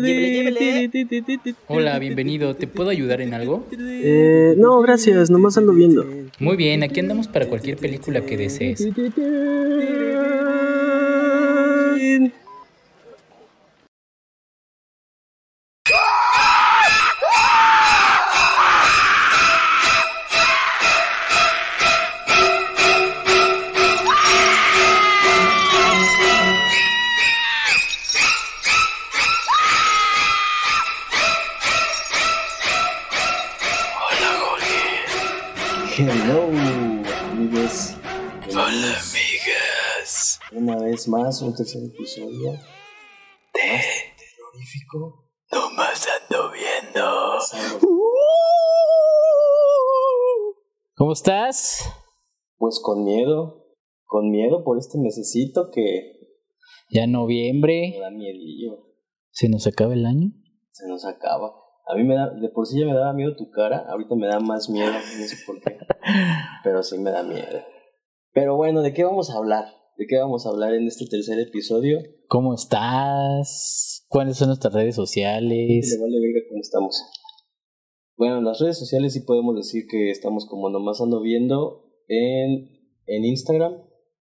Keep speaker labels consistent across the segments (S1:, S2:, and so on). S1: Llévele,
S2: Hola, bienvenido. ¿Te puedo ayudar en algo?
S3: Eh, no, gracias, nomás ando viendo.
S2: Muy bien, aquí andamos para cualquier película que desees.
S3: Hello, amigos. Hola, amigas. Una vez más, un tercer episodio. Más terrorífico.
S4: Nomás ando viendo.
S5: ¿Cómo estás?
S3: Pues con miedo. Con miedo por este necesito que
S5: Ya
S3: me
S5: noviembre,
S3: da miedillo.
S5: se nos acaba el año.
S3: Se nos acaba. A mí me da, de por sí ya me daba miedo tu cara. Ahorita me da más miedo. No sé por qué. Pero sí me da miedo. Pero bueno, ¿de qué vamos a hablar? ¿De qué vamos a hablar en este tercer episodio?
S5: ¿Cómo estás? ¿Cuáles son nuestras redes
S3: Le
S5: sociales?
S3: vale verga cómo estamos. Bueno, en las redes sociales sí podemos decir que estamos como nomás ando viendo en, en Instagram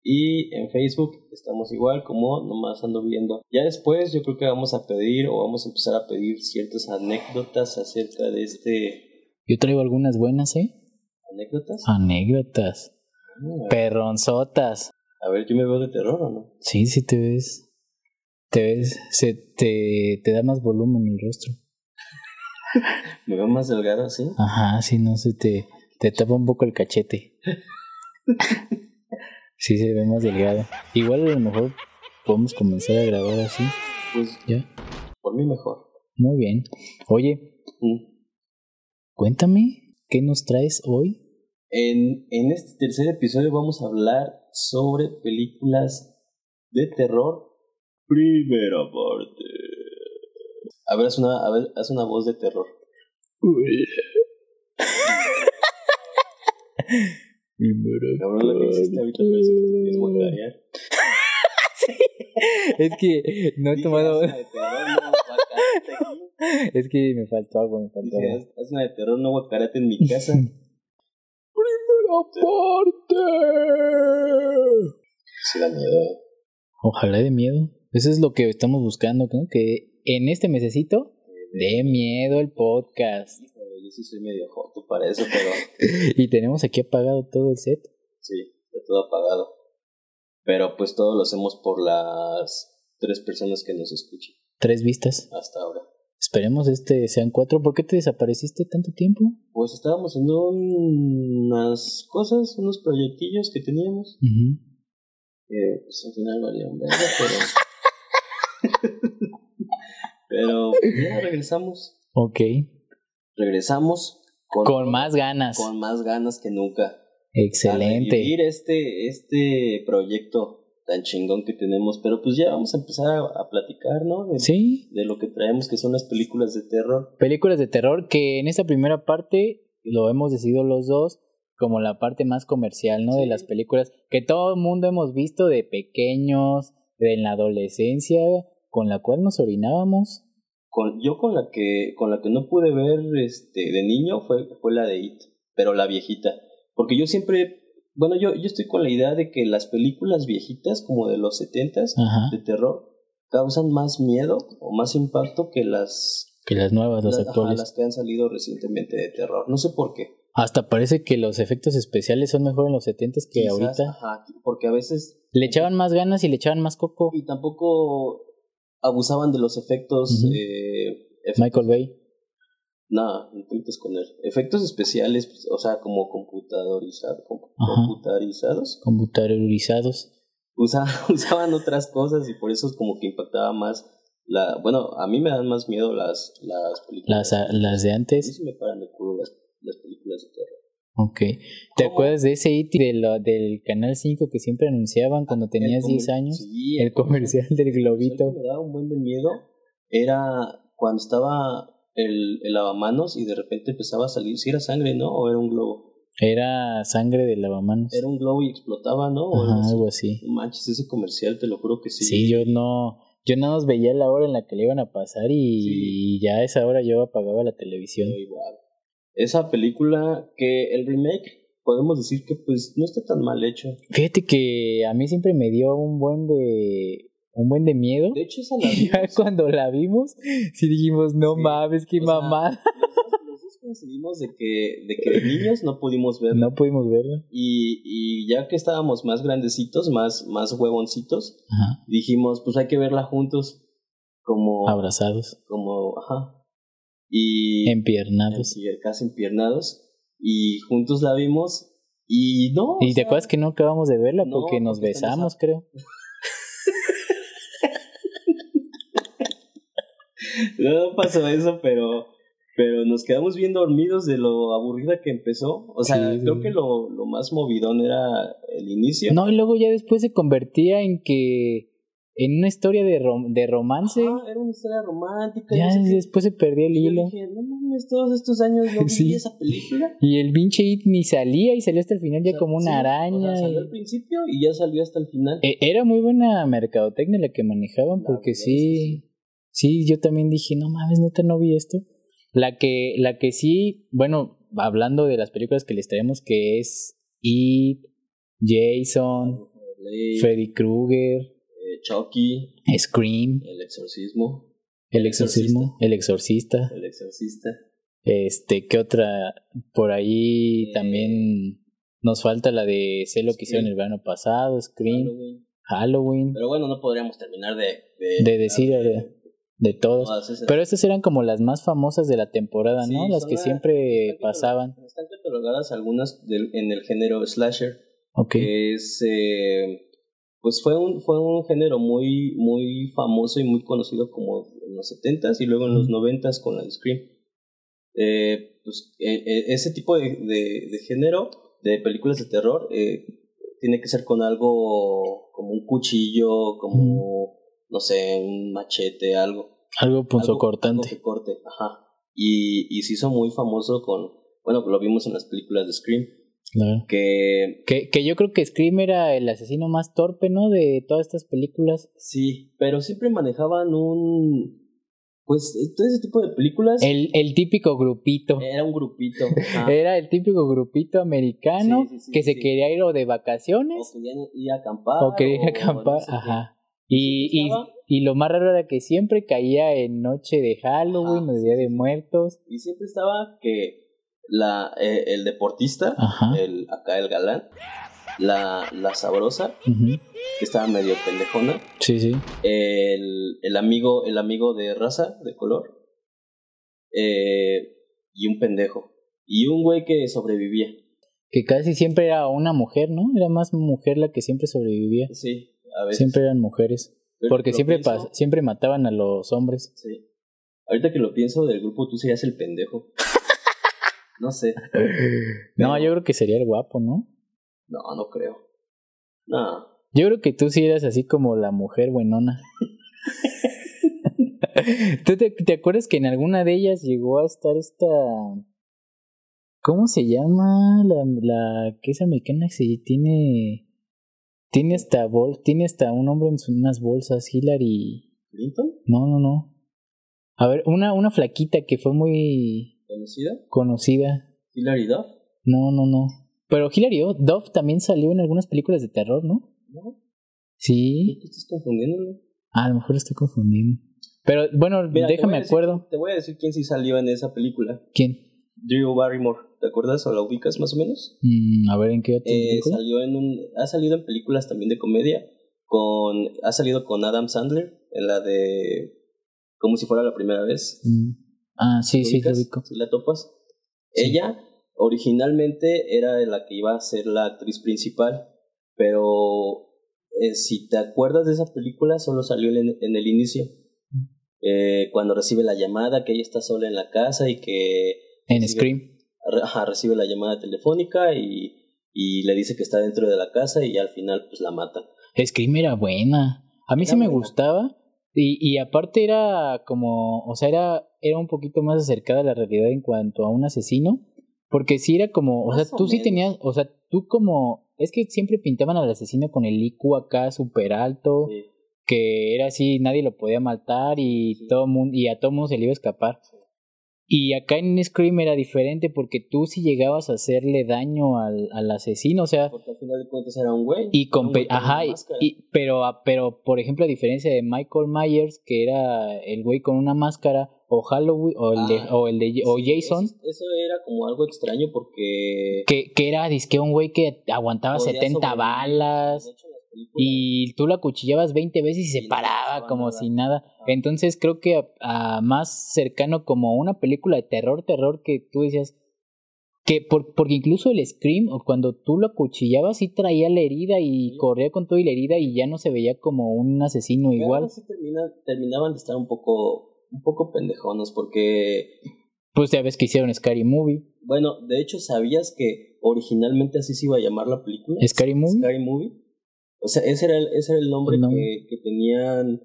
S3: y en Facebook estamos igual como nomás ando viendo. Ya después yo creo que vamos a pedir o vamos a empezar a pedir ciertas anécdotas acerca de este...
S5: Yo traigo algunas buenas, ¿eh?
S3: ¿Anécdotas?
S5: Ah. Anécdotas.
S3: Ah,
S5: Perronzotas.
S3: A ver, yo me veo de terror o no.
S5: Sí, sí te ves. Te ves, se te, te da más volumen el rostro.
S3: Me veo más delgada, ¿sí?
S5: Ajá, sí, no se te, te tapa un poco el cachete. Sí, se ve más delgado. Igual a lo mejor podemos comenzar a grabar así.
S3: Pues
S5: Ya.
S3: por mí mejor.
S5: Muy bien. Oye,
S3: Mm.
S5: Cuéntame, ¿qué nos traes hoy?
S3: En, en este tercer episodio vamos a hablar sobre películas de terror. Primera parte. A ver, haz una, a ver, haz una voz de terror. Cabrón, lo que hiciste ahorita parece que te quieres guacarear.
S5: Es que no he
S3: Dije,
S5: tomado.
S3: Haz una de terror, no guacareate aquí.
S5: Es que me faltó agua, me faltó
S3: Dije,
S5: agua.
S3: haz- haz una de terror, no guacarate en mi casa. Sí da miedo, eh.
S5: Ojalá de miedo. Eso es lo que estamos buscando, ¿no? Que en este mesecito de miedo el podcast.
S3: Híjole, Eh, Yo sí soy medio joto para eso, pero
S5: Y tenemos aquí apagado todo el set.
S3: Sí, está todo apagado. Pero pues todo lo hacemos por las tres personas que nos escuchan
S5: Tres vistas.
S3: hasta ahora.
S5: Esperemos este sean cuatro. ¿Por qué te desapareciste tanto tiempo?
S3: Pues estábamos en unas cosas, unos proyectillos que teníamos. Que pues al final valieron verga, pero. pero pues, ya regresamos.
S5: Ok.
S3: Regresamos con,
S5: Con más ganas.
S3: con más ganas que nunca. a
S5: Excelente.
S3: revivir este, este proyecto tan chingón que tenemos. Pero pues ya vamos a empezar a, a platicar, ¿no? De,
S5: Sí,
S3: de lo que traemos, que son las películas de terror.
S5: películas de terror que en esta primera parte lo hemos decidido los dos como la parte más comercial, ¿no? De
S3: Sí.
S5: las películas que todo el mundo hemos visto de pequeños, de en la adolescencia, con la cual nos orinábamos.
S3: Con, yo con la que con la que no pude ver este de niño fue, fue la de It, pero la viejita. Porque yo siempre, bueno, yo, yo estoy con la idea de que las películas viejitas, como de los setentas,
S5: Ajá.
S3: de terror, causan más miedo o más impacto que las,
S5: Que las nuevas, las
S3: las- ajá,
S5: actuales.
S3: las que han salido recientemente de terror. No sé por qué.
S5: Hasta parece que los efectos especiales son mejor en los 70s que
S3: Quizás,
S5: ahorita.
S3: ajá, porque a veces
S5: Le echaban más ganas y le echaban más coco.
S3: y tampoco abusaban de los efectos
S5: Ujú.
S3: eh, efe-
S5: Michael Bay.
S3: no, no te metas con él. efectos especiales pues, o sea como computadorizados
S5: Ajá.
S3: computarizados
S5: Computarizados.
S3: Usa- usaban otras cosas y por eso es como que impactaba más la bueno a mí me dan más miedo las las películas
S5: Las, ah, las de
S3: A mí
S5: antes.
S3: sí me paran el culo las, las películas de terror
S5: Ok. ¿Te
S3: ¿Cómo?
S5: acuerdas de ese IT de lo- del Canal 5 que siempre anunciaban cuando tenías
S3: El
S5: 10
S3: comer-
S5: años?
S3: sí,
S5: El comercial del
S3: El que
S5: globito.
S3: me daba un buen de miedo era cuando estaba el, el lavamanos y de repente empezaba a salir, si era sangre, ¿no? O era un globo.
S5: Era sangre de lavamanos.
S3: Era un globo y explotaba, ¿no? O algo
S5: Ajá,
S3: así.
S5: algo así.
S3: No manches, ese comercial, te lo juro que sí.
S5: Sí, yo no. Yo nada más veía la hora en la que le iban a pasar y ya a esa hora yo apagaba la televisión.
S3: Pero igual. Esa película que el remake podemos decir que pues no está tan mal hecho.
S5: Fíjate que a mí siempre me dio un buen de un buen de miedo.
S3: De hecho esa la
S5: Y ya
S3: vimos.
S5: cuando la vimos, sí dijimos, no
S3: Sí.
S5: mames, qué
S3: O sea,
S5: mamada.
S3: Nosotros- nosotros coincidimos de que, de que de niños no pudimos verla.
S5: No pudimos verla.
S3: Y, y ya que estábamos más grandecitos, más, más huevoncitos,
S5: Ajá.
S3: dijimos, pues hay que verla juntos. Como,
S5: Oh. Abrazados,
S3: como, ajá. Y
S5: Em, empiernados.
S3: en- casi empiernados. Y juntos la vimos. Y no. o
S5: ¿Y te
S3: sea,
S5: acuerdas que no acabamos de verla
S3: No,
S5: porque nos
S3: porque estamos
S5: besamos, creo?
S3: No, no pasó eso, pero, pero nos quedamos bien dormidos de lo aburrida que empezó. O sea,
S5: Sí, sí,
S3: creo
S5: sí.
S3: que lo, lo más movidón era el inicio.
S5: No, y luego ya después se convertía en que en una historia de rom- de romance,
S3: Ajá, era una historia romántica.
S5: ya
S3: no sé qué.
S5: después se perdía el
S3: Y yo
S5: hilo.
S3: dije, no mames, todos estos años no vi
S5: Sí.
S3: esa película.
S5: Y el pinche It ni salía y salió hasta el final
S3: O
S5: ya
S3: sea,
S5: como una
S3: sí,
S5: araña.
S3: O sea, salió
S5: y-
S3: al principio y ya salió hasta el final.
S5: E- Era muy buena mercadotecnia la que manejaban
S3: La
S5: porque
S3: verdad es que
S5: sí, sí, yo también dije, no mames, neta, no vi esto. La que, la que sí, bueno, hablando de las películas que les traemos, que es It, Jason,
S3: Ley,
S5: Freddy Krueger,
S3: eh, Chucky,
S5: Scream,
S3: El Exorcismo,
S5: El Exorcismo, El Exorcista,
S3: El Exorcista.
S5: este, ¿qué otra? Por ahí
S3: Eh,
S5: también nos falta la de Sé lo que hicieron el verano pasado, Scream,
S3: Halloween.
S5: Halloween,
S3: Pero bueno, no podríamos terminar de, de,
S5: de decir de, de todos.
S3: todas esas.
S5: Pero estas eran como las más famosas de la temporada,
S3: Sí,
S5: ¿no? Las
S3: son
S5: que
S3: las-
S5: siempre
S3: están catalogadas-
S5: pasaban.
S3: Están catalogadas algunas del- en el género slasher.
S5: Ok.
S3: que es eh, pues fue un fue un género muy muy famoso y muy conocido como en los 70s y luego en los 90s con la de Scream. Eh, pues, eh, eh, ese tipo de, de- de género de películas de terror eh, tiene que ser con algo como un cuchillo, como no sé, un machete, algo
S5: Algo punzocortante.
S3: algo que corte, ajá. Y, y se hizo muy famoso con, bueno, lo vimos en las películas de Scream,
S5: Claro.
S3: que
S5: Que, que yo creo que Scream era el asesino más torpe, ¿no? De todas estas películas.
S3: Sí, pero siempre manejaban un. Pues todo ese tipo de películas.
S5: El, el típico grupito.
S3: Era un grupito. ajá,
S5: Era el típico grupito americano
S3: Sí, sí, sí,
S5: que se
S3: sí.
S5: quería ir o de
S3: o
S5: vacaciones
S3: querían ir a acampar.
S5: o quería ir a
S3: no
S5: acampar.
S3: sé qué.
S5: Ajá. Y, y,
S3: Estaba-
S5: y lo más raro era que siempre caía en noche de Halloween
S3: Ajá,
S5: o de
S3: sí,
S5: Día
S3: sí,
S5: de
S3: sí.
S5: Muertos.
S3: Y siempre estaba que la, eh, el deportista,
S5: Ajá.
S3: el, acá el galán, la, la sabrosa,
S5: Ujú.
S3: que estaba medio pendejona,
S5: Sí, sí.
S3: el, el amigo, el amigo de raza, de color, eh, y un pendejo. Y un güey que sobrevivía.
S5: Que casi siempre era una mujer, ¿no? Era más mujer la que siempre sobrevivía.
S3: Sí, a veces.
S5: Siempre eran mujeres.
S3: Pero
S5: Porque
S3: lo
S5: siempre,
S3: pienso-
S5: pas- siempre mataban a los hombres.
S3: Sí. Ahorita que lo pienso del grupo, tú serías el pendejo. No sé.
S5: No, yo creo que sería el guapo, ¿no?
S3: No, no creo. No.
S5: Yo creo que tú sí eras así como la mujer buenona. ¿Tú te, te acuerdas que en alguna de ellas llegó a estar esta... ¿Cómo se llama? La, la que es americana que se- tiene... Tiene hasta, bol, tiene hasta un hombre en su- unas bolsas, Hillary...
S3: ¿Clinton?
S5: No, no, no. A ver, una, una flaquita que fue muy
S3: ¿Conocida?
S5: conocida.
S3: ¿Hilary Duff?
S5: No, no, no. Pero Hilary O- Duff también salió en algunas películas de terror, ¿no?
S3: No.
S5: Sí.
S3: ¿Tú te estás confundiendo?
S5: Ah, a lo mejor estoy confundiendo. Pero bueno,
S3: Mira, te voy
S5: déjame
S3: a decir-
S5: acuerdo.
S3: Te voy a decir quién sí salió en esa película.
S5: ¿Quién?
S3: Drew Barrymore. ¿Te acuerdas o la ubicas más o menos?
S5: Mm, a ver, ¿en qué otra
S3: Eh,
S5: película?
S3: salió en un, ha salido en películas también de comedia. Con, ha salido con Adam Sandler en la de como si fuera la primera vez.
S5: Mm. Ah, sí,
S3: ¿Lo
S5: sí, lo
S3: ubicas?
S5: ubico.
S3: ¿Sí la topas?
S5: Sí.
S3: Ella originalmente era la que iba a ser la actriz principal, pero eh, si te acuerdas de esa película, solo salió en, en el inicio.
S5: Mm.
S3: Eh, cuando recibe la llamada, que ella está sola en la casa y que
S5: En
S3: Sí,
S5: Scream.
S3: re- ajá, recibe la llamada telefónica y, y le dice que está dentro de la casa y al final pues la mata.
S5: Scream era buena. A mí
S3: Era
S5: sí me
S3: buena.
S5: gustaba. Y, y aparte era como, o sea, era, era un poquito más acercada a la realidad en cuanto a un asesino. Porque sí era como, o sea,
S3: Más o
S5: tú sí
S3: menos.
S5: tenías, o sea, tú como, es que siempre pintaban al asesino con el IQ acá súper alto,
S3: Sí.
S5: que era así, nadie lo podía matar y,
S3: Sí.
S5: todo mundo, y a todo mundo se le iba a escapar. Y acá en Scream era diferente porque tú si llegabas a hacerle daño al, al asesino, o sea,
S3: Porque al final de cuentas era un güey.
S5: y con
S3: Era un
S5: pe-
S3: güey una
S5: ajá, y-
S3: máscara.
S5: y- pero, a- pero por ejemplo, a diferencia de Michael Myers, que era el güey con una máscara, o Halloween, o el de,
S3: Ah,
S5: o el de, o
S3: Sí,
S5: Jason,
S3: Eso, eso era como algo extraño porque.
S5: que, que era disque un güey que aguantaba
S3: podía
S5: 70
S3: sobrevivir.
S5: balas.
S3: De hecho, en las películas-
S5: y tú la cuchillabas 20 veces y se
S3: Y no
S5: paraba
S3: pasaba
S5: como
S3: nada.
S5: si nada.
S3: Ajá.
S5: Entonces creo que a- a más cercano como a una película de terror, terror que tú decías que por- porque incluso el scream o cuando tú lo cuchillabas sí traía la herida y
S3: Sí.
S5: corría con todo y la herida y ya no se veía como un asesino
S3: Pero
S5: igual.
S3: aún así termina- terminaban de estar un poco, un poco pendejonos porque.
S5: Pues ya ves que hicieron Scary Movie.
S3: Bueno, de hecho, ¿sabías que originalmente así se iba a llamar la película?
S5: Scary Movie.
S3: Scary Movie. O sea, ese era el, ese era el nombre
S5: No.
S3: que, que tenían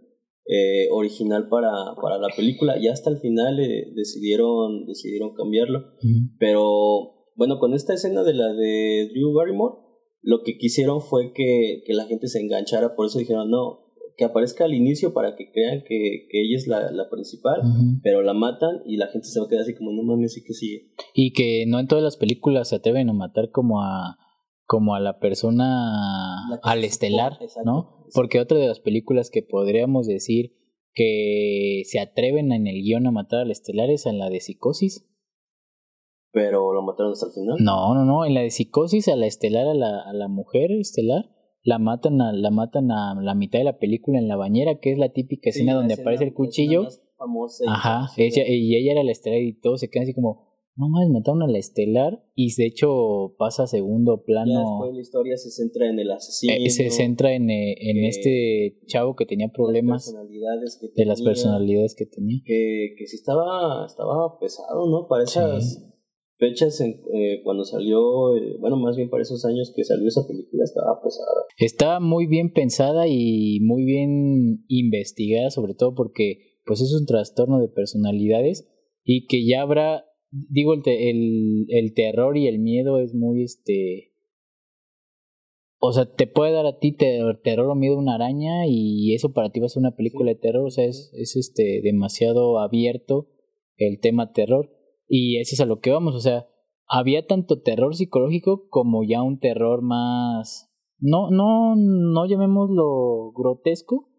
S3: eh, original para, para la película. Y hasta el final eh, decidieron, decidieron cambiarlo.
S5: Ujú.
S3: Pero bueno, con esta escena de la de Drew Barrymore, lo que quisieron fue que, que la gente se enganchara. Por eso dijeron, no, que aparezca al inicio para que crean que, que ella es la, la principal.
S5: Ujú.
S3: Pero la matan y la gente se va a quedar así como, no mames, ¿y qué sigue?
S5: Y que no en todas las películas se atreven a matar como a como a la persona
S3: La que
S5: al
S3: se
S5: estelar,
S3: supone- exacto,
S5: ¿no?
S3: exacto.
S5: Porque otra de las películas que podríamos decir que se atreven en el guión a matar al estelar es en la de Psicosis.
S3: Pero lo mataron hasta el final.
S5: No, no, no. En la de Psicosis a la estelar, a la, a la mujer estelar, la matan, a, la matan a la mitad de la película en la bañera, que es la típica
S3: Sí,
S5: escena
S3: la
S5: donde
S3: escena-
S5: aparece el
S3: la
S5: cuchillo.
S3: escena más famosa y
S5: Ajá,
S3: conocida.
S5: ella, y ella era la estelar y todos se quedan así como, no mames, mataron a la estelar y de hecho pasa a segundo
S3: Ya
S5: plano.
S3: después la historia se centra en el asesino.
S5: Ah, Eh, se centra en, eh, en
S3: que-
S5: este chavo que tenía problemas
S3: Las personalidades que
S5: de las
S3: tenía,
S5: personalidades que tenía.
S3: Que, que sí estaba, estaba pesado, ¿no? Para esas fechas en- eh, cuando salió, eh, bueno, más bien para esos años que salió esa película, estaba pesada.
S5: Estaba muy bien pensada y muy bien investigada, sobre todo porque pues es un trastorno de personalidades y que ya habrá, digo, el, te- el, el terror y el miedo es muy este... O sea, te puede dar a ti te- terror o miedo una araña y eso para ti va a ser una película de terror, o sea, es, es este demasiado abierto el tema terror y eso es a lo que vamos, o sea, había tanto terror psicológico como ya un terror más no no no llamémoslo grotesco,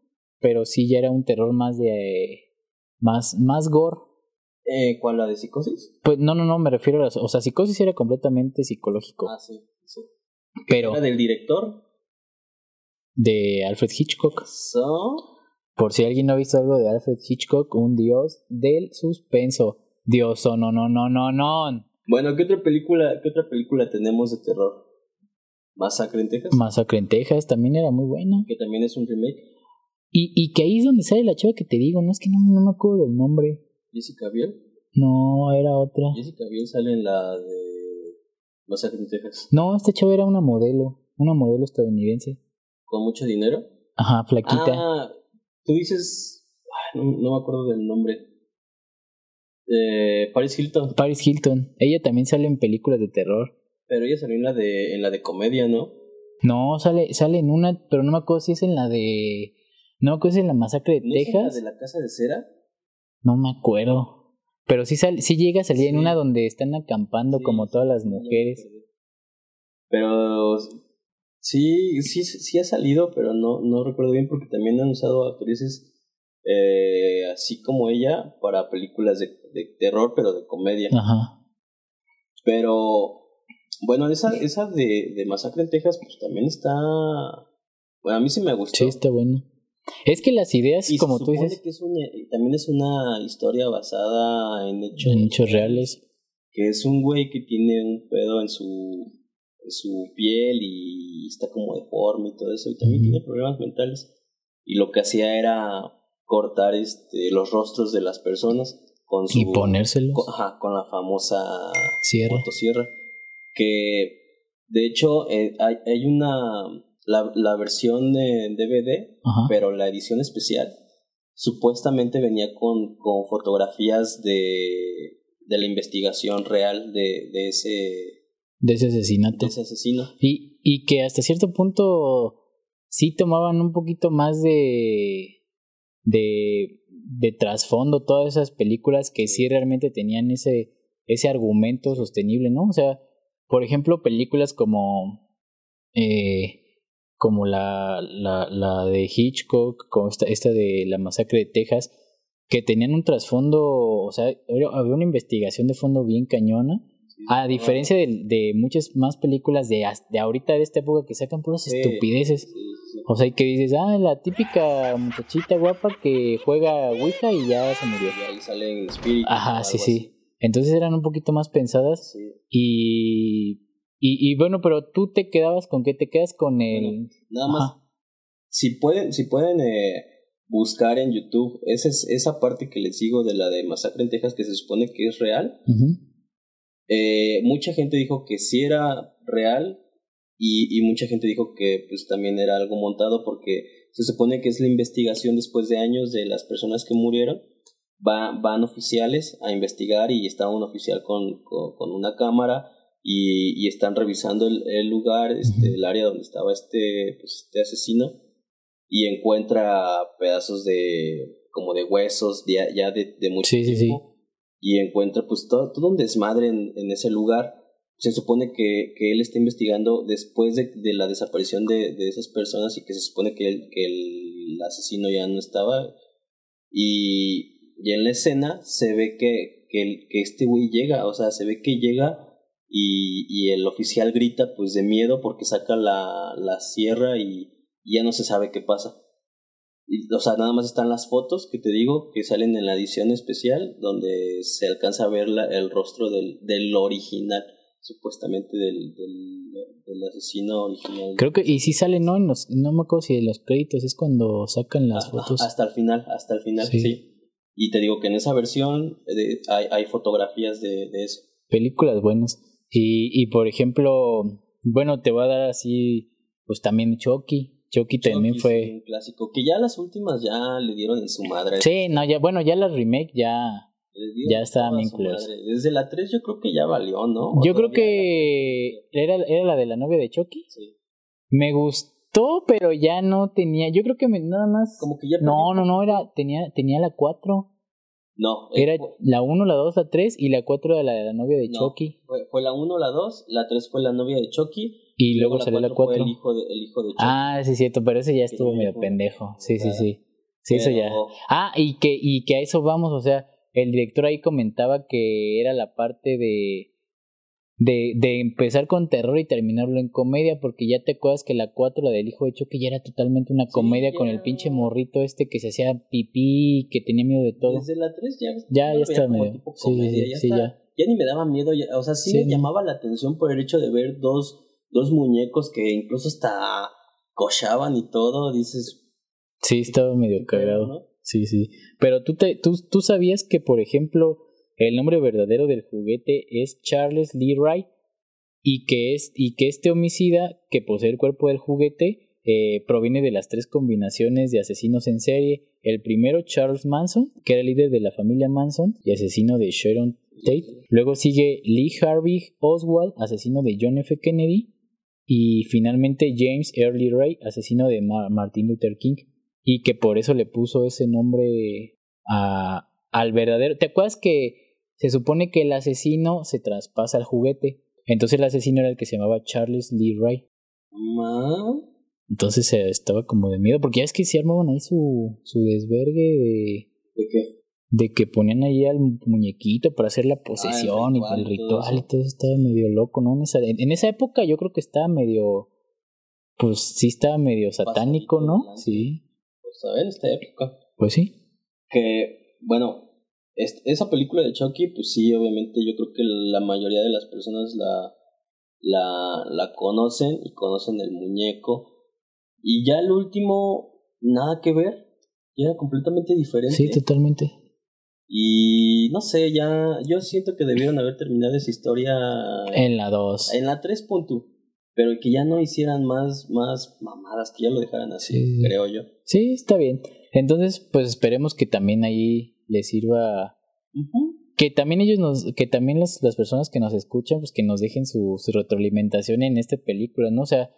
S5: pero sí ya era un terror más de más más gore.
S3: Eh, ¿Cuál la de psicosis?
S5: Pues no, no, no, me refiero a las, o sea, psicosis era completamente psicológico,
S3: Ah, sí. sí.
S5: pero
S3: Era del director.
S5: de Alfred Hitchcock.
S3: So,
S5: Por si alguien no ha visto algo de Alfred Hitchcock, un dios del suspenso. Dios, oh, no, no, no, no, no.
S3: bueno, ¿qué otra película, qué otra película tenemos de terror? Masacre en Texas.
S5: Masacre en Texas también era muy buena.
S3: que también es un remake.
S5: Y, y que ahí es donde sale la chava que te digo, no es que no, no me acuerdo del nombre.
S3: Jessica Biel.
S5: No, era otra.
S3: Jessica Biel sale en la de Masacre en Texas.
S5: No, esta chava era una modelo, una modelo estadounidense.
S3: Con mucho dinero.
S5: Ajá, flaquita.
S3: Ah, tú dices. ah, No, no me acuerdo del nombre. Eh, Paris Hilton.
S5: Paris Hilton. Ella también sale en películas de terror.
S3: Pero ella salió en la de, en la de comedia, ¿no?
S5: No, sale, sale en una, pero no me acuerdo si es en la de. No me acuerdo si es en la masacre de
S3: ¿No es en
S5: Texas.
S3: la de la casa de cera.
S5: No me acuerdo. Pero sí, sal, sí llega a salir en
S3: Sí.
S5: una donde están acampando
S3: Sí,
S5: como
S3: sí,
S5: todas las
S3: sí, ya me
S5: mujeres.
S3: acordé. Pero. Sí, sí, sí ha salido, pero no, no recuerdo bien porque también han usado actrices eh, así como ella para películas de, de terror, pero de comedia.
S5: Ajá.
S3: Pero bueno, esa, esa de, de Masacre en Texas, pues también está. Bueno, a mí sí me gustó.
S5: Sí, está bueno. Es que las ideas,
S3: y se
S5: como tú
S3: supone
S5: dices,
S3: que es una- también es una historia basada en hechos.
S5: en hechos reales.
S3: Que es un güey que tiene un pedo en su, en su piel y está como deforme y todo eso. Y también
S5: Ujú.
S3: tiene problemas mentales. Y lo que hacía era cortar este, los rostros de las personas con pues, su.
S5: Y ponérselos.
S3: con- ajá, con la famosa
S5: Cierra.
S3: motosierra. Que de hecho eh, hay, hay una. La, la versión de DVD,
S5: Ajá.
S3: pero la edición especial supuestamente venía con, con fotografías de, de la investigación real de, de, ese,
S5: De ese
S3: de
S5: asesinato.
S3: ese asesino.
S5: Y, y que hasta cierto punto sí tomaban un poquito más de de de trasfondo todas esas películas que sí realmente tenían ese ese argumento sostenible, ¿no? O sea, por ejemplo, películas como eh, como la, la, la de Hitchcock, como esta, esta de la masacre de Texas, que tenían un trasfondo, o sea, había una investigación de fondo bien cañona.
S3: Sí,
S5: A diferencia de, de muchas más películas de, as- de ahorita, de esta época, que sacan puras
S3: Sí.
S5: estupideces.
S3: sí, sí.
S5: O sea, y que dices, ah, la típica muchachita guapa que juega Ouija y ya se murió.
S3: Y ahí sale el espíritu. o
S5: Ajá,
S3: algo
S5: sí,
S3: así.
S5: sí. Entonces eran un poquito más pensadas.
S3: Sí.
S5: Y, y, y bueno, pero tú te quedabas con qué? Te quedas con el.
S3: Nada más,
S5: Ajá.
S3: si pueden, si pueden eh, buscar en YouTube, esa, es, esa parte que les digo de la de Masacre en Texas que se supone que es real,
S5: Ujú.
S3: eh, mucha gente dijo que sí era real y, y mucha gente dijo que pues también era algo montado porque se supone que es la investigación después de años de las personas que murieron. Va- van oficiales a investigar y está un oficial con, con, con una cámara y, y están revisando el, el lugar, este, el área donde estaba este, pues, este asesino y encuentra pedazos de como de huesos de- ya, de, de mucho
S5: Sí, sí, sí.
S3: tiempo y encuentra pues todo, todo un desmadre en, en ese lugar. Se supone que, que él está investigando después de, de la desaparición de, de esas personas y que se supone que, el- que el asesino ya no estaba. Y, y en la escena se ve que, que, el- que este güey llega, o sea, se ve que llega y, y el oficial grita pues de miedo porque saca la, la sierra y, y ya no se sabe qué pasa. Y, o sea, nada más están las fotos que te digo que salen en la edición especial donde se alcanza a ver la- el rostro del, del original, supuestamente del, del, del asesino original.
S5: Creo que, y sí sale, ¿no? En los, no me acuerdo si de los créditos es cuando sacan las
S3: Ah,
S5: fotos.
S3: Hasta el final, hasta el final,
S5: Sí.
S3: sí. Y te digo que en esa versión eh, de- hay, hay fotografías de, de eso.
S5: Películas buenas. Y, y por ejemplo, bueno, te va a dar así, pues también Chucky. Chucky también
S3: Chucky, sí,
S5: fue.
S3: Un clásico, que ya las últimas ya le dieron en su madre.
S5: Sí, no, ya, bueno, ya las remake ya.
S3: Le dieron
S5: ya estaban
S3: toda su
S5: incluidas.
S3: madre. Desde la 3 yo creo que ya valió, ¿no? O
S5: Yo creo
S3: todavía
S5: que era, era la de la novia de Chucky.
S3: la- sí.
S5: Me gustó, pero ya no tenía. Yo creo que me- nada más.
S3: Como que ya...
S5: No, no, no, era, tenía, tenía la 4.
S3: No, eh,
S5: Era
S3: fue-
S5: la 1, la 2, la 3 y la 4 de la, de la novia de
S3: No.
S5: Chucky.
S3: fue, fue la 1, la 2, la 3 fue la novia de Chucky.
S5: Y luego salió la 4.
S3: cuatro fue El hijo de, el hijo de Chucky.
S5: Ah, sí, es cierto, pero ese ya
S3: Que
S5: estuvo
S3: ya
S5: medio
S3: dijo,
S5: pendejo. Sí, sí,
S3: claro.
S5: sí. Sí, eso ya.
S3: Pero-
S5: Ah, y que, y que a eso vamos, o sea, el director ahí comentaba que era la parte de, de, de empezar con terror y terminarlo en comedia, porque ya te acuerdas que la 4, la del hijo de Chucky, ya era totalmente una comedia con el
S3: ya.
S5: pinche morrito este que se hacía pipí, que tenía miedo de todo.
S3: Desde la 3 ya.
S5: Ya, ya
S3: lo veía
S5: está
S3: como
S5: medio.
S3: tipo
S5: Sí, sí,
S3: comedia,
S5: sí,
S3: ya,
S5: sí,
S3: está-
S5: ya.
S3: ya ni me daba miedo. ya- o sea, sí,
S5: Sí.
S3: me llamaba la atención por el hecho de ver dos, dos muñecos que incluso hasta cochaban y todo. Dices.
S5: Sí, estaba medio
S3: ¿qué pedo,
S5: cagado.
S3: no?
S5: Sí, sí. Pero tú, te, tú, tú sabías que, por ejemplo, el nombre verdadero del juguete es Charles Lee Wright y que, es, y que este homicida que posee el cuerpo del juguete eh, proviene de las tres combinaciones de asesinos en serie. El primero, Charles Manson, que era líder de la familia Manson y asesino de Sharon Tate. Luego sigue Lee Harvey Oswald, asesino de John F. Kennedy. Y finalmente James Early Ray, asesino de Ma- Martin Luther King y que por eso le puso ese nombre a, al verdadero. ¿Te acuerdas que se supone que el asesino se traspasa al juguete? Entonces el asesino era el que se llamaba Charles Lee Ray.
S3: Ma.
S5: Entonces eh, estaba como de miedo, porque ya es que se armaban ahí su, su desvergue de,
S3: ¿De qué?
S5: de que ponían ahí al muñequito para hacer la
S3: Ah, el
S5: posesión y
S3: ritual
S5: el
S3: y todo
S5: ritual y
S3: eso.
S5: todo eso estaba medio loco, ¿no? En esa, en, en esa época yo creo que estaba medio, pues sí estaba medio satánico,
S3: de
S5: ¿no?
S3: lanza.
S5: Sí,
S3: Pues a ver, esta época.
S5: pues sí.
S3: que bueno es- esa película de Chucky pues sí obviamente yo creo que la mayoría de las personas la la la conocen y conocen el muñeco y ya el último nada que ver ya era completamente diferente
S5: Sí, totalmente.
S3: y no sé ya yo siento que debieron haber terminado esa historia
S5: En la 2.
S3: en la 3 pero que ya no hicieran más más mamadas que ya lo dejaran así
S5: Sí.
S3: creo yo
S5: Sí, está bien. Entonces, pues esperemos que también ahí les sirva.
S3: Ujú.
S5: Que también ellos nos, que también las, las personas que nos escuchan, pues que nos dejen su, su retroalimentación en esta película, ¿no? O sea,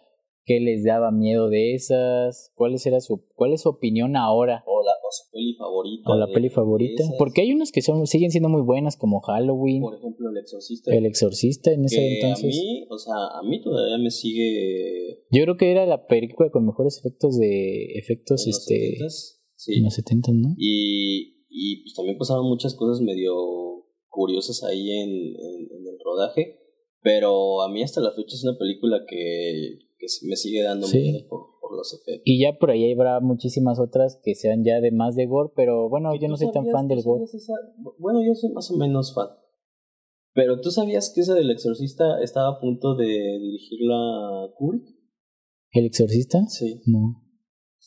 S5: qué les daba miedo de esas, cuál, era su, cuál es su opinión ahora.
S3: O la o su peli favorita.
S5: O la
S3: de-
S5: peli
S3: de
S5: favorita.
S3: esas.
S5: Porque hay unas que son, siguen siendo muy buenas, como Halloween,
S3: Por ejemplo, El Exorcista.
S5: El Exorcista en ese
S3: que
S5: entonces.
S3: a mí, o sea, a mí todavía me sigue
S5: Yo creo que era la película con mejores efectos de. efectos
S3: en los
S5: este.
S3: 70s,
S5: en
S3: Sí.
S5: los 70, ¿no?
S3: Y, y pues también pasaron muchas cosas medio curiosas ahí en, en, en el rodaje. Pero a mí hasta la fecha es una película que, que sí me sigue dando
S5: Sí.
S3: miedo por, por los efectos.
S5: Y ya por ahí habrá muchísimas otras que sean ya de más de gore, pero bueno,
S3: ¿Y
S5: yo
S3: tú
S5: no soy tan
S3: sabías-
S5: fan
S3: tú
S5: del gore.
S3: sabías esa- Bueno, yo soy más o menos fan. Pero tú sabías que esa del exorcista estaba a punto de dirigirla Kubrick.
S5: ¿El Exorcista?
S3: Sí.
S5: No.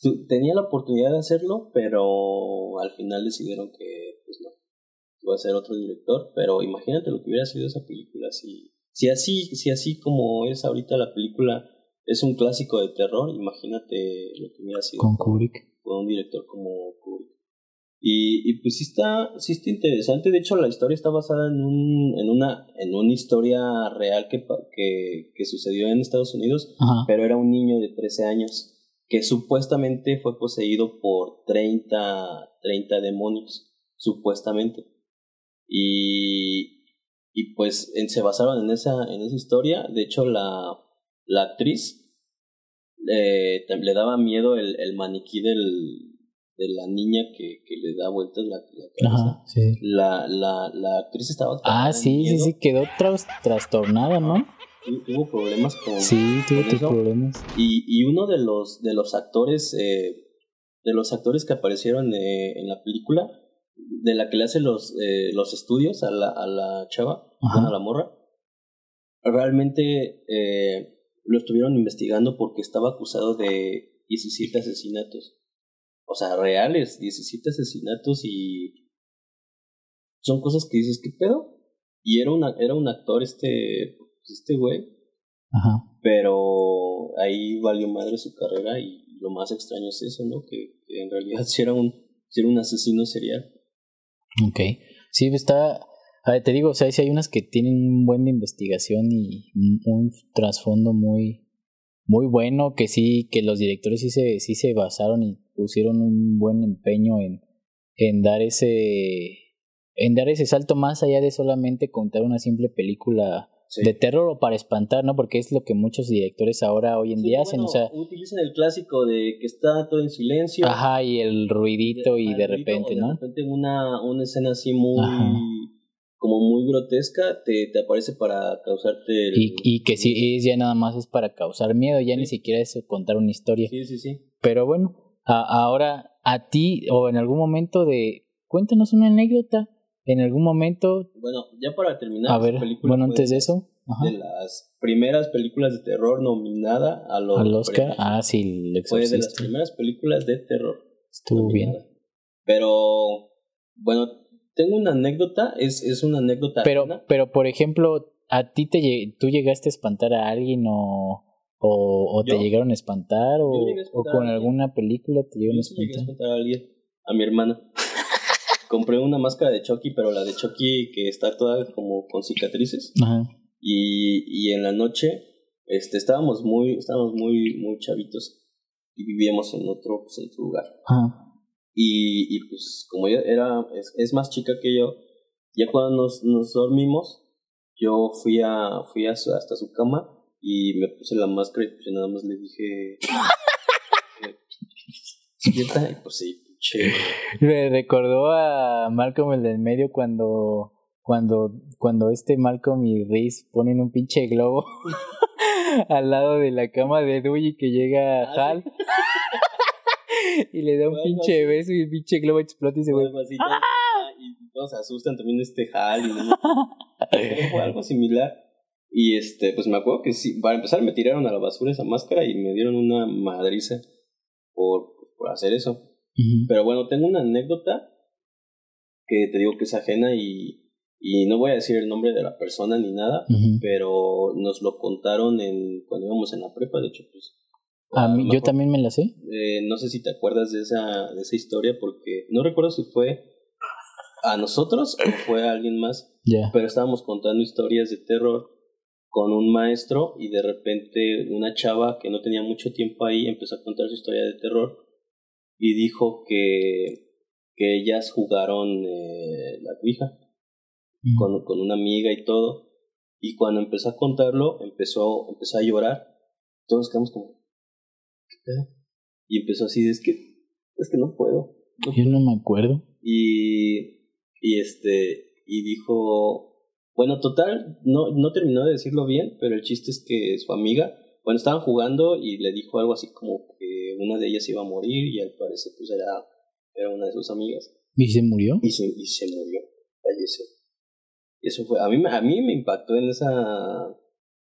S3: Tu- Tenía la oportunidad de hacerlo, pero al final decidieron que pues no. Iba a ser otro director, pero imagínate lo que hubiera sido esa película si si así si así como es ahorita la película es un clásico de terror, imagínate lo que hubiera sido
S5: Con Kubrick.
S3: con un director como Kubrick. Y, y pues sí está, sí está interesante. De hecho, la historia está basada en, un, en, una, en una historia real que, pa- que, que sucedió en Estados Unidos,
S5: Ajá.
S3: pero era un niño de 13 años que supuestamente fue poseído por 30, 30 demonios, supuestamente. Y, y pues en- se basaron en esa, en esa historia. De hecho, la, la actriz eh, tam- le daba miedo el, el maniquí del, de la niña que, que le da vueltas la, la cabeza.
S5: Ajá. Sí. sí.
S3: La, la, la actriz estaba... cagada
S5: Ah,
S3: de
S5: sí, sí,
S3: miedo.
S5: sí, quedó tras- trastornada, ¿no?
S3: Tu- Tuvo problemas con...
S5: Sí, tuvo
S3: ¿Con
S5: tus
S3: eso?
S5: problemas.
S3: Y, y uno de los, de los actores, eh, de los actores que aparecieron eh, en la película, de la que le hace los, eh, los estudios a la, a la chava,
S5: Ajá.
S3: bueno, a la morra, realmente eh, lo estuvieron investigando porque estaba acusado de 17 asesinatos. O sea, reales, 17 asesinatos y son cosas que dices, ¿qué pedo? Y era, una, era un actor este, este güey,
S5: Ajá.
S3: pero ahí valió madre su carrera y lo más extraño es eso, ¿no? Que, que en realidad si era un, si era un asesino serial.
S5: Ok. Sí, pues, está. a ver, te digo, o sea, sí hay unas que tienen un buen de investigación y un, un trasfondo muy, muy bueno, que sí, que los directores sí se, sí se basaron y pusieron un buen empeño en, en dar ese. En dar ese salto más allá de solamente contar una simple película
S3: Sí.
S5: de terror o para espantar, ¿no? Porque es lo que muchos directores ahora hoy en
S3: Sí,
S5: día hacen,
S3: bueno,
S5: o sea,
S3: utilizan el clásico de que está todo en silencio.
S5: ajá, y el ruidito y
S3: Al
S5: de
S3: grito,
S5: repente,
S3: o De
S5: ¿no?
S3: repente una, una escena así muy...
S5: Ajá.
S3: Como muy grotesca, te, te aparece para causarte... el-
S5: Y, y que sí, es ya nada más es para causar miedo, ya ni
S3: Sí.
S5: siquiera es contar una historia.
S3: Sí, sí, sí.
S5: Pero bueno, a- ahora a ti o en algún momento de... Cuéntanos una anécdota. En algún momento...
S3: Bueno, ya para terminar,
S5: A
S3: esta
S5: ver,
S3: pues, película
S5: bueno,
S3: fue
S5: antes de eso... ajá,
S3: De las primeras películas de terror nominada a los
S5: Al Oscar.
S3: premios.
S5: Ah, sí, el
S3: Fue de las
S5: exorcista.
S3: primeras películas de terror.
S5: Estuvo bien.
S3: nominada. Pero, bueno, tengo una anécdota, es, es una anécdota.
S5: Pero,
S3: ajena.
S5: pero por ejemplo, ¿a ti te lle- tú llegaste a espantar a alguien o, o, o te
S3: ¿Yo?
S5: llegaron a espantar o,
S3: llegué a
S5: o
S3: espantar a
S5: con
S3: alguien.
S5: alguna película te llegaron a
S3: yo sí llegué a
S5: espantar?
S3: espantar a alguien, a mi hermana. Compré una máscara de Chucky, pero la de Chucky que está toda como con cicatrices.
S5: Ajá.
S3: Y, y en la noche, este, estábamos muy, estábamos muy, muy chavitos. Y vivíamos en otro, pues, en otro lugar.
S5: Ajá.
S3: Y, y pues como ella era, es, es más chica que yo, ya cuando nos, nos dormimos, yo fui, a, fui a su- hasta su cama y me puse la máscara y pues nada más le dije... eh, "Despierta", y pues sí, pinche.
S5: Me recordó a Malcolm el del medio cuando cuando cuando este Malcolm y Reese ponen un pinche globo al lado de la cama de Dewey que llega
S3: Ah,
S5: Hal y le da un
S3: Bueno,
S5: pinche
S3: sí.
S5: beso y el pinche globo explota y se vuelve.
S3: Algo así, todo- y todos se asustan también este Hal y demás. fue algo similar. Y este, pues me acuerdo que sí, para empezar me tiraron a la basura esa máscara y me dieron una madriza por, por hacer eso. Pero bueno, tengo una anécdota que te digo que es ajena y, y no voy a decir el nombre de la persona ni nada, pero nos lo contaron en cuando íbamos en la prepa, de hecho, pues...
S5: A
S3: lo
S5: mí- Ah, yo
S3: mejor,
S5: también me la sé.
S3: eh, no sé si te acuerdas de esa, de esa historia porque no recuerdo si fue a nosotros o fue a alguien más,
S5: Ya.
S3: pero estábamos contando historias de terror con un maestro y de repente una chava que no tenía mucho tiempo ahí empezó a contar su historia de terror y dijo que, que ellas jugaron eh, la Ouija con, con una amiga y todo y cuando empezó a contarlo empezó, empezó a llorar todos quedamos como ¿qué pedo? y empezó así es que es que no puedo no
S5: Yo no me acuerdo.
S3: y, y este y dijo bueno total no no terminó de decirlo bien pero el chiste es que su amiga bueno estaban jugando y le dijo algo así como que una de ellas iba a morir y al parecer pues era era una de sus amigas
S5: ¿Y se murió?
S3: y se y se murió falleció eso fue a mí me- a mí me impactó en esa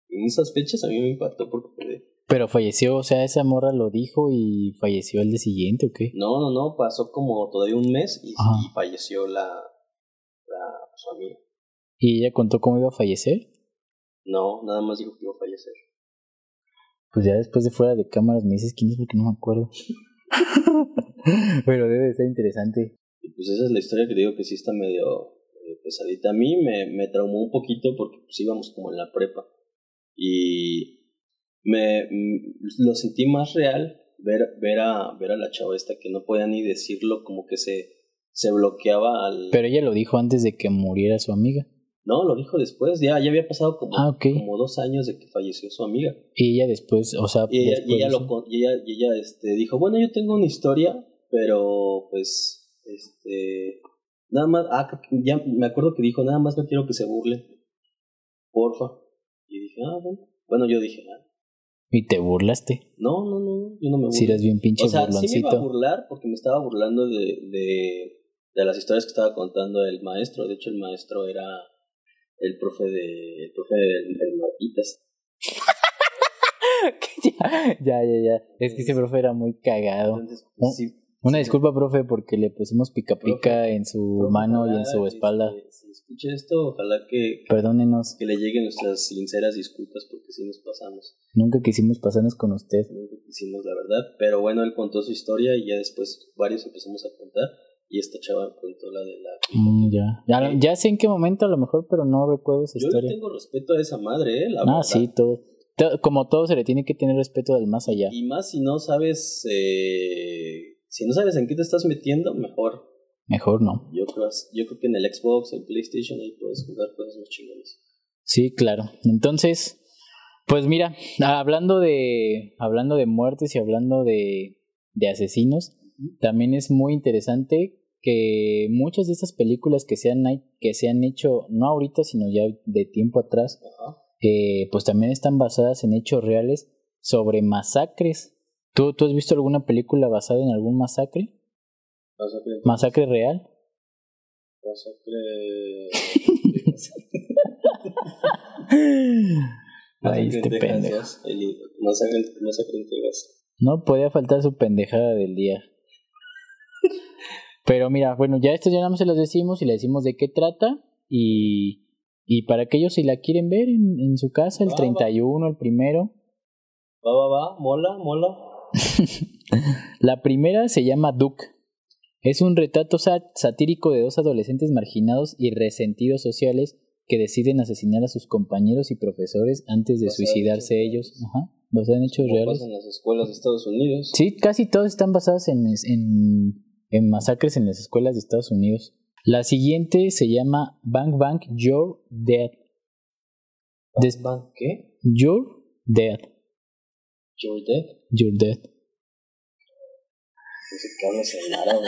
S3: en esas fechas a mí me impactó porque fue de,
S5: Pero falleció, o sea, esa morra lo dijo y falleció el día siguiente, ¿o qué?
S3: no no no pasó como todavía un mes y,
S5: Ajá.
S3: y falleció la la su amiga
S5: ¿Y ella contó cómo iba a fallecer?
S3: no nada más dijo que iba a fallecer
S5: Pues ya después de fuera de cámaras me dices quién es porque no me acuerdo. Pero debe de ser interesante.
S3: Y pues esa es la historia que digo que sí está medio, medio pesadita. A mí me, me traumó un poquito porque pues íbamos como en la prepa. Y me mm, lo sentí más real ver, ver, a, ver a la chava esta que no podía ni decirlo, como que se, se bloqueaba al...
S5: Pero ella lo dijo antes de que muriera su amiga.
S3: No, lo dijo después, ya, ya había pasado como,
S5: Ah, ok.
S3: como dos años de que falleció su amiga.
S5: Y ella después, o sea,
S3: Y ella, y
S5: después
S3: ella,
S5: dice-
S3: lo con- y ella, y ella, este, dijo, bueno, yo tengo una historia, pero pues, este, nada más, ah, creo que ya me acuerdo que dijo, nada más no quiero que se burle, porfa. Y dije, ah, bueno, bueno, yo dije, ah,
S5: y te burlaste.
S3: no, no, no, yo no me burlo.
S5: Si eres bien pinche
S3: o sea, sí me iba a
S5: burloncito.
S3: burlar porque me estaba burlando de, de, de las historias que estaba contando el maestro. De hecho, el maestro era el profe de, el profe del, del Marquitas.
S5: ya, ya, ya. Es que ese profe era muy cagado.
S3: Entonces,
S5: Oh,
S3: pues, sí,
S5: Una
S3: sí,
S5: disculpa, profe, porque le pusimos pica pica
S3: Profe,
S5: en su
S3: Profe,
S5: mano y en
S3: ojalá,
S5: su espalda.
S3: este, Si, escucha esto, ojalá que,
S5: Perdónenos,
S3: que le lleguen nuestras sinceras disculpas porque sí nos pasamos.
S5: nunca quisimos pasarnos con usted.
S3: Nunca hicimos la verdad. Pero bueno, él contó su historia y ya después varios empezamos a contar. Y esta chava contó la de la.
S5: Mm, ya. Ya, lo- ya sé en qué momento a lo mejor, pero no recuerdo esa
S3: Yo le
S5: historia.
S3: tengo respeto a esa madre, ¿eh? La
S5: Ah,
S3: verdad.
S5: sí, todo. to- Como todo se le tiene que tener respeto al más allá.
S3: Y más si no sabes. eh, si no sabes en qué te estás metiendo, mejor.
S5: Mejor no.
S3: Yo creo, as- yo creo que en el Xbox, en PlayStation, ahí puedes jugar cosas más chingones.
S5: Sí, claro. Entonces, pues mira, hablando de hablando de muertes y hablando de, de asesinos, también es muy interesante que muchas de estas películas que se han, que se han hecho, no ahorita, sino ya de tiempo atrás,
S3: Ajá.
S5: eh, pues también están basadas en hechos reales sobre masacres. ¿Tú, ¿Tú has visto alguna película basada en algún masacre?
S3: Masacre-
S5: ¿Masacre real?
S3: masacre-
S5: Ay, este
S3: Masacre en Texas
S5: pendejo.
S3: dos, el libro. Masacre- Masacre en Texas.
S5: No podía faltar su pendejada del día. Pero mira, bueno, ya esto ya nada más se las decimos y le decimos de qué trata. Y, y para aquellos si la quieren ver en, en su casa, el
S3: Va, va.
S5: 31, el primero.
S3: Va, va, va, mola, mola.
S5: La primera se llama Duke. Es un retrato sa- satírico de dos adolescentes marginados y resentidos sociales que deciden asesinar a sus compañeros y profesores antes de
S3: Basado en
S5: suicidarse
S3: hechos
S5: ellos. Ajá, basado en hechos
S3: Como
S5: reales.
S3: pasa en las escuelas de Estados Unidos.
S5: Sí, casi todos están basados en, es- en, en masacres en las escuelas de Estados Unidos. La siguiente se llama Bang Bang You're Dead. Des-
S3: Van, Ah, ¿Qué?
S5: You're Dead.
S3: You're dead.
S5: You're Dead.
S3: No sé qué hablas en árabe.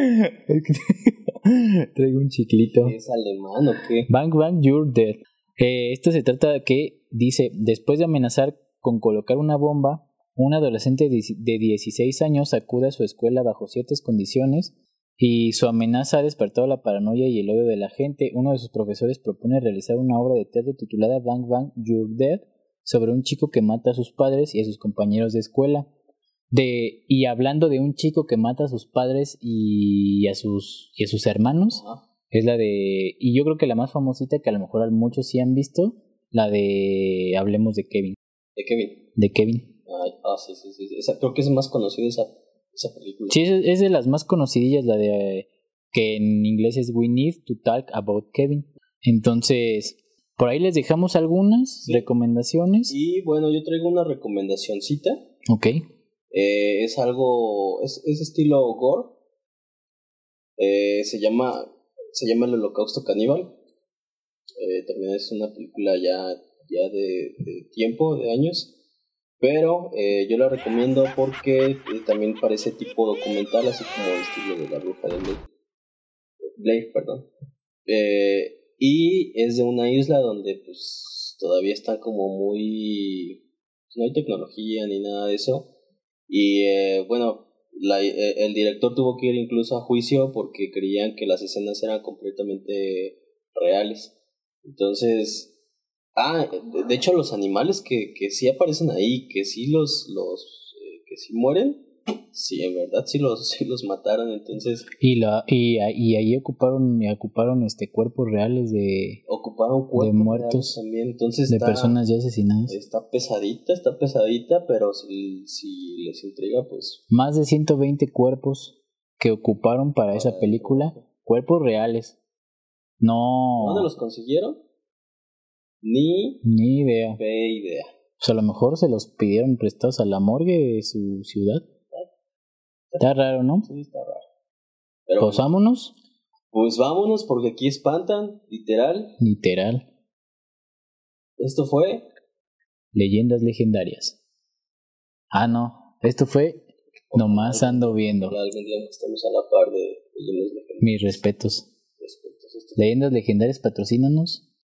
S5: Traigo un chiclito.
S3: ¿Es alemán o qué?
S5: Bang Bang You're Dead. Eh, esto se trata de que dice, después de amenazar con colocar una bomba, un adolescente de dieci- de 16 años acude a su escuela bajo ciertas condiciones y su amenaza ha despertado la paranoia y el odio de la gente. Uno de sus profesores propone realizar una obra de teatro titulada Bang Bang You're Dead sobre un chico que mata a sus padres y a sus compañeros de escuela. De, y hablando de un chico que mata a sus padres y a sus, y a sus hermanos,
S3: Ajá.
S5: es la de. Y yo creo que la más famosita, que a lo mejor al- muchos sí han visto, la de. Hablemos de Kevin.
S3: ¿De Kevin?
S5: De Kevin.
S3: Ay, Ah, sí, sí, sí. Esa, creo que es más conocida esa, esa película.
S5: Sí, es, es de las más conocidillas, la de. eh, Que en inglés es We Need to Talk About Kevin. Entonces. Por ahí les dejamos algunas recomendaciones.
S3: Y bueno, yo traigo una recomendacioncita.
S5: Ok.
S3: Eh, es algo, es, es estilo gore. Eh, se llama, se llama El Holocausto Caníbal. Eh, también es una película ya, ya de, de tiempo, de años. Pero eh, yo la recomiendo porque eh, también parece tipo documental, así como el estilo de la bruja de Blade. Blade, perdón. Eh, y es de una isla donde pues todavía está como muy... pues, No hay tecnología ni nada de eso. Y eh, bueno, la- eh, el director tuvo que ir incluso a juicio porque creían que las escenas eran completamente reales. Entonces, Ah, de- de hecho los animales que, que sí aparecen ahí, que sí los, los eh, que sí mueren, sí, en verdad sí los, sí los mataron, entonces
S5: Y, la, y, a- y ahí ocuparon, ocuparon este cuerpos reales de,
S3: ocuparon cuerpos
S5: De muertos,
S3: reales también, entonces
S5: de
S3: está,
S5: personas ya asesinadas.
S3: está pesadita, está pesadita, pero si, si les intriga, pues
S5: Más de 120 cuerpos que ocuparon para esa película. Cuerpos reales. No,
S3: ¿Dónde los consiguieron? Ni
S5: ni idea.
S3: fe "Ah, idea.
S5: Pues a lo mejor se los pidieron prestados a la morgue de su ciudad. Está raro, ¿no?
S3: Sí, está raro. Pero
S5: Pues vámonos,
S3: pues vámonos porque aquí espantan, literal.
S5: literal.
S3: Esto fue
S5: Leyendas legendarias. Ah, no. Esto fue Nomás ando viendo.
S3: algún día estamos a la par de leyendas legendarias.
S5: Mis respetos.
S3: respecto a esto.
S5: Leyendas legendarias, patrocínanos.